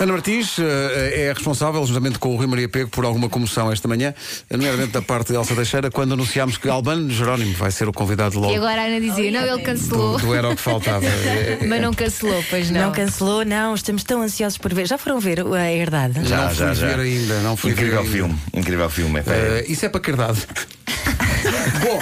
Ana Martins eh, é responsável, juntamente com o Rui Maria Pego, por alguma comoção esta manhã, nomeadamente da parte de Elsa Teixeira, quando anunciámos que Albano Jerónimo vai ser o convidado E logo agora a Ana dizia, não, ele cancelou. do, do Era o que Faltava. É, é, Mas não cancelou, pois não. Não cancelou, não. Estamos tão ansiosos por ver. Já foram ver o- a herdade? Já, Já, não fui já, já. ver ainda, não fui ver Incrível ainda. filme, incrível filme. É, pá, Eh, isso é para cardado. Bom,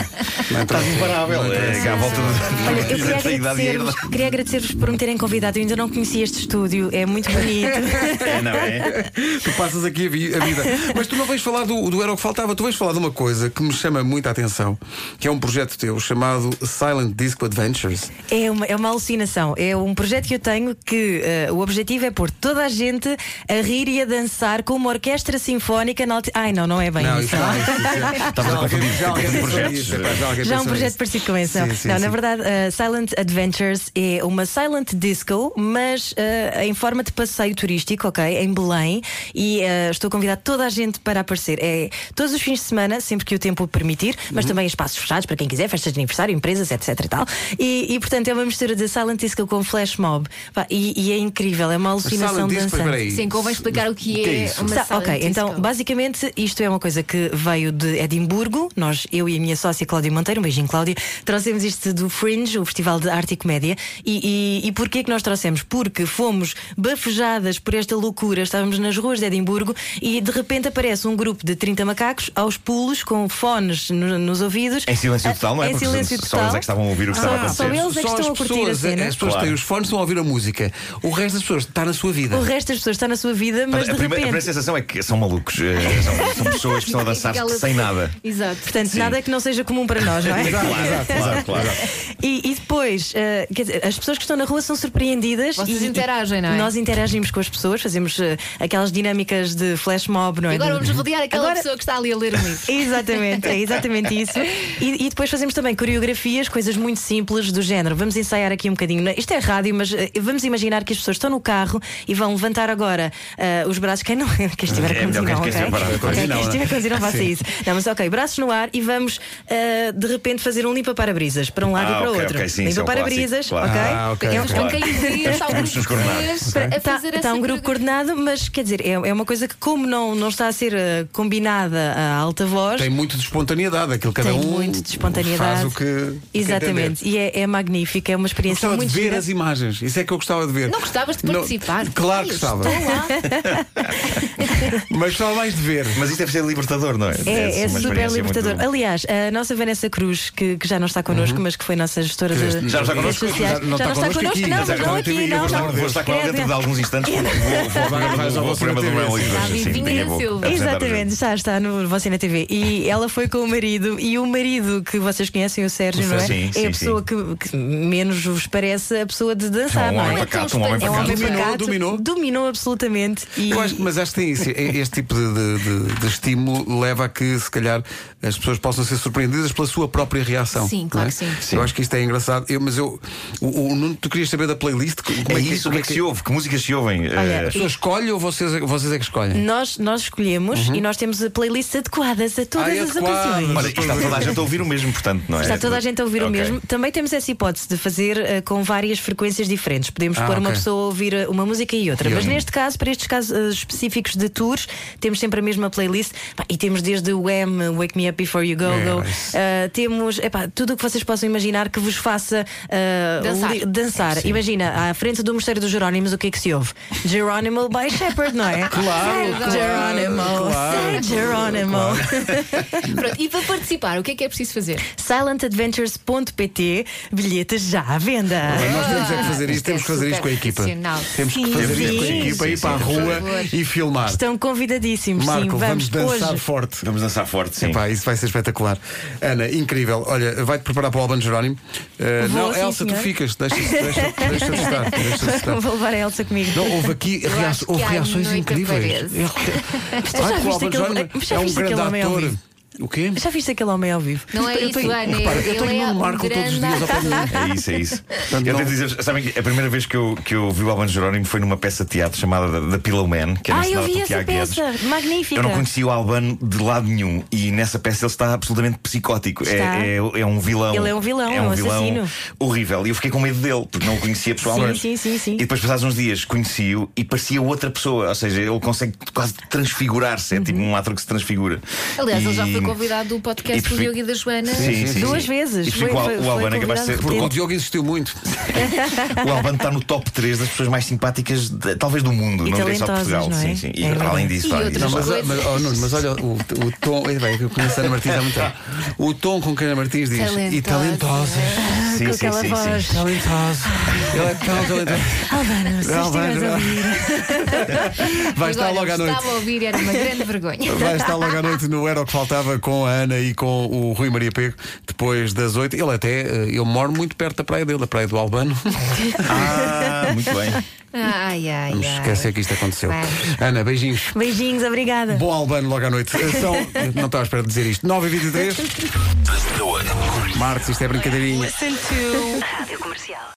não interessa. Não interessa. é, cá à volta de- Olha, eu da queria idade e herdade. agradecer-vos queria agradecer-vos por me terem convidado. Eu ainda não conhecia este estúdio, é muito bonito. É, não é? Tu passas aqui a, vi- a vida. Mas tu não vais falar do, do Era o que Faltava, tu vais falar de uma coisa que me chama muita atenção, que é um projeto teu chamado Silent Disco Adventures. É uma, é uma alucinação. É um projeto que eu tenho que eh, o objetivo é pôr toda a gente a rir e a dançar com uma orquestra sinfónica. Na alti- Ai, não, não é bem isso. não. Estamos a confundir tipos de projetos. Já um projeto parecido com esse. não. Sim, sim, não, sim. na verdade, eh, Silent Adventures é uma silent disco, mas eh, em forma de passeio turístico, ok? Em Belém. E eh, estou a convidar toda a gente para aparecer. É todos os fins de semana, sempre que o tempo o permitir, mas Uhum. também espaços fechados para quem quiser, festas de aniversário, empresas, etc e tal. E, e, portanto, é uma mistura de silent disco com flash mob. Pá, e, e é incrível, é uma alucinação Silent Disco, dançante. peraí. Sim, convém explicar o que, que é é, isso? uma Sa- sala ok, de disco. então basicamente isto é uma coisa que veio de Edimburgo. Nós, eu e a minha sócia Cláudia Monteiro, um beijinho Cláudia, trouxemos isto do Fringe, o Festival de Arte e Comédia. E, e, e porquê que nós trouxemos? Porque fomos bafejadas por esta loucura, estávamos nas ruas de Edimburgo e de repente aparece um grupo de 30 macacos aos pulos, com fones no- nos ouvidos. Em silêncio Ah, total, não é? Em Porque silêncio só- só total. eles é que estavam a ouvir o que estava Só- a Só acontecer. eles é que Só estão a as curtir a pessoas, cena. As pessoas têm Claro. os fones, estão a ouvir a música. O resto das pessoas está na sua vida. O resto das pessoas está na sua vida, mas a, de primeira, a primeira repente. sensação é que são malucos. eh, São, são pessoas que estão a dançar Aquela- sem nada. Exato. Portanto, nada que não seja comum para nós, não é? Claro, claro, claro. E, e depois, eh, quer dizer, as pessoas que estão na rua são surpreendidas. Vocês e- interagem, não é? Nós interagimos com as pessoas, fazemos eh, aquelas dinâmicas de flash mob, não é? E agora Do- vamos rodear aquela Agora- pessoa que está ali a ler um livro. Exatamente, é exatamente isso. E, e depois fazemos também coreografias, coisas muito simples do género. Vamos ensaiar aqui um bocadinho. né? Isto é rádio, mas eh, vamos imaginar que as pessoas estão no carro e vão levantar agora eh, os braços. Quem, não, quem estiver a É melhor conduzir, não, ok? quem- quem estiver parado, Ok, conduzir, Quem não, é? estiver a conduzir, não faça isso. Não, mas ok, braços no ar e vamos eh, de repente fazer um limpa-parabrisas para um lado Ah, e para o ok, outro. ok, sim, isso é um limpa-parabrisas, clássico, claro. ok? Ah, ok. Temos claro. com quem ir, está um grupos nos grupo coordenados, é? português para Está fazer assim essa um grupo coreografia. coordenado, mas quer dizer, é, é uma coisa que, como não, não está a ser eh, combinada a alta voz, Tem muito de espontaneidade, aquilo cada tem um muito de espontaneidade. faz o que. o que Exatamente, entender. e é, é magnífico, é uma experiência Gostava de muito ver gira. as imagens, isso é que eu gostava de ver. Não gostavas de Não- participar? Claro que Pois, gostava, Estão lá. mas gostava mais de ver. Mas isto deve ser libertador, não é? Deve É, ser é uma super experiência libertador. muito- Aliás, a nossa Vanessa Cruz, que, que já não está connosco, mas que foi nossa gestora Uhum. Que de. já não está redes connosco, sociais. já não está Já não está connosco connosco, aqui, não, mas mas não agora aqui, tem- não, Vou estar- não. Vou estar com ela dentro de alguns instantes porque vou- vou Vai, vai, vai, vou ao vai, programa do vai, Manuel vai, Oliveira. vai, Sim, é vai, daqui a vai, pouco. vai, Exatamente, já está no Você na TV. E ela foi com o marido, e o marido que vocês conhecem, o Sérgio, O não é? Sérgio, sim, é sim, a pessoa que, que menos vos parece a pessoa de dançar, É um não homem é? pacato, um homem É um pacato. homem Dominou, pacato, dominou. dominou absolutamente. E, Eu acho- mas acho que tem isso. E- Este tipo de, de- de- de estímulo leva a que, se calhar, as pessoas possam ser surpreendidas pela sua própria reação. Sim, não claro é? que sim. Eu acho que isto é engraçado. Eu- mas eu, o, o Nuno, tu querias saber da playlist? Como É que- isso, o como que é que se ouve? Que músicas se ouvem? Olha, Eh, A pessoa escolhe ou vocês, vocês é que escolhem? Nós, nós escolhemos e nós temos playlists adequadas a todas Ah, as adequadas. ocasiões. Olha, está toda a gente a ouvir o mesmo, portanto, não é? Está toda a gente a ouvir o Ok. mesmo. Também temos essa hipótese de fazer eh, com várias frequências diferentes. Podemos Ah, pôr uma ok. pessoa a ouvir eh, uma música e outra. E Mas outra. neste caso, para estes casos eh, específicos de tours, temos sempre a mesma playlist. Pá, e temos desde o M, Wake Me Up Before You Go É, Go. isso. Eh, temos epá, tudo o que vocês possam imaginar que vos faça eh, Dançar. li- dançar. Imagina, à frente do Mosteiro dos Jerónimos, o que é que se ouve? Geronimo by Shepherd, não é? Claro, Say Geronimo. claro. Say Geronimo. Pronto, e para participar, o que é que é preciso fazer? silentadventures.pt, bilhetes já à venda. Bem, Nós temos é que fazer isto, Isto temos é que fazer isto com a super equipa. profissional. Temos que Sim, fazer isto sim. com a equipa, Sim, ir sim, para a sim, rua por favor. e filmar. Estão convidadíssimos, Marco, sim, vamos, vamos, dançar hoje. forte. Vamos dançar forte, sim. Epá, isso vai ser espetacular. Ana, incrível. Olha, vai-te preparar para o Albano Jerónimo. Uh, Vou, não, sim, Elsa, tu senhor. ficas. Deixa-te deixa, deixa estar. Deixa estar. Vou levar a Elsa comigo. Não, houve aqui rea- acho que houve há reações noite incríveis. aparece. Eu- já Ai, que o viste Albano aquele- Jerónimo mas já é um viste grande aquele homem ao ator. vivo? O quê? Já viste aquele homem ao vivo? Não é eu isso, tenho, Ana. repara, eu ele tenho é Nuno um Marco todos os grande dias ao pé de mim. É isso, é isso. Portanto, eu não- devo dizer, sabem que a primeira vez que eu, que eu vi o Álvaro Jerónimo foi numa peça de teatro chamada The Pillow Man, que era Ah, eu ensinada vi pelo essa Tiago peça. Guedes. Magnífica. Eu não conhecia o Albano de lado nenhum e nessa peça ele está absolutamente psicótico. É- Está. É, é um vilão. Ele é um vilão, é um assassino. horrível. E eu fiquei com medo dele, porque não o conhecia pessoalmente. Sim, sim, sim, sim. E depois, passados uns dias, conheci-o e parecia outra pessoa. Ou seja, ele consegue quase transfigurar-se. É tipo Uhum. um ator que se transfigura. Aliás, ele já E- foi convidado do podcast e percebi- do Diogo e da Joana. Sim, sim, Duas sim. vezes. E percebi que Foi- o, Al- foi- o Albano foi é capaz de ser. Porque convidado porque o Diogo existiu muito. o Albano está no top 3 das pessoas mais simpáticas, de- talvez do mundo, E não é só de talentosas, Portugal. não é? Sim, sim. E É verdade. além disso, E vai, outras Não, isso mas, vai. coisas. mas, oh, Nuno, mas olha o, o tom. é bem, que eu conheço a Ana Martins há muito tempo. O tom com que a Ana Martins diz. E Talentosa. talentosas. Sim, com sim, aquela sim, sim. voz. Talentosa. Ela é tão talentosa. Albano, se Albano, estiveres a ouvir. Vai Mas estar olha, logo à noite. Estava a ouvir, era uma grande vergonha. Vai estar logo à noite no Era o que Faltava com a Ana e com o Rui Maria Pego, depois das oito. Ele até, eh, ele mora muito perto da praia dele, da praia do Albano. Ah, muito bem. Ai, ai, Vamos ai. esquecer que isto aconteceu. Vamos. Ana, beijinhos. Beijinhos, obrigada. Bom Albano logo à noite. São, não estava à espera de dizer isto. 9h23. Marcos, isto é brincadeirinha. Rádio Comercial.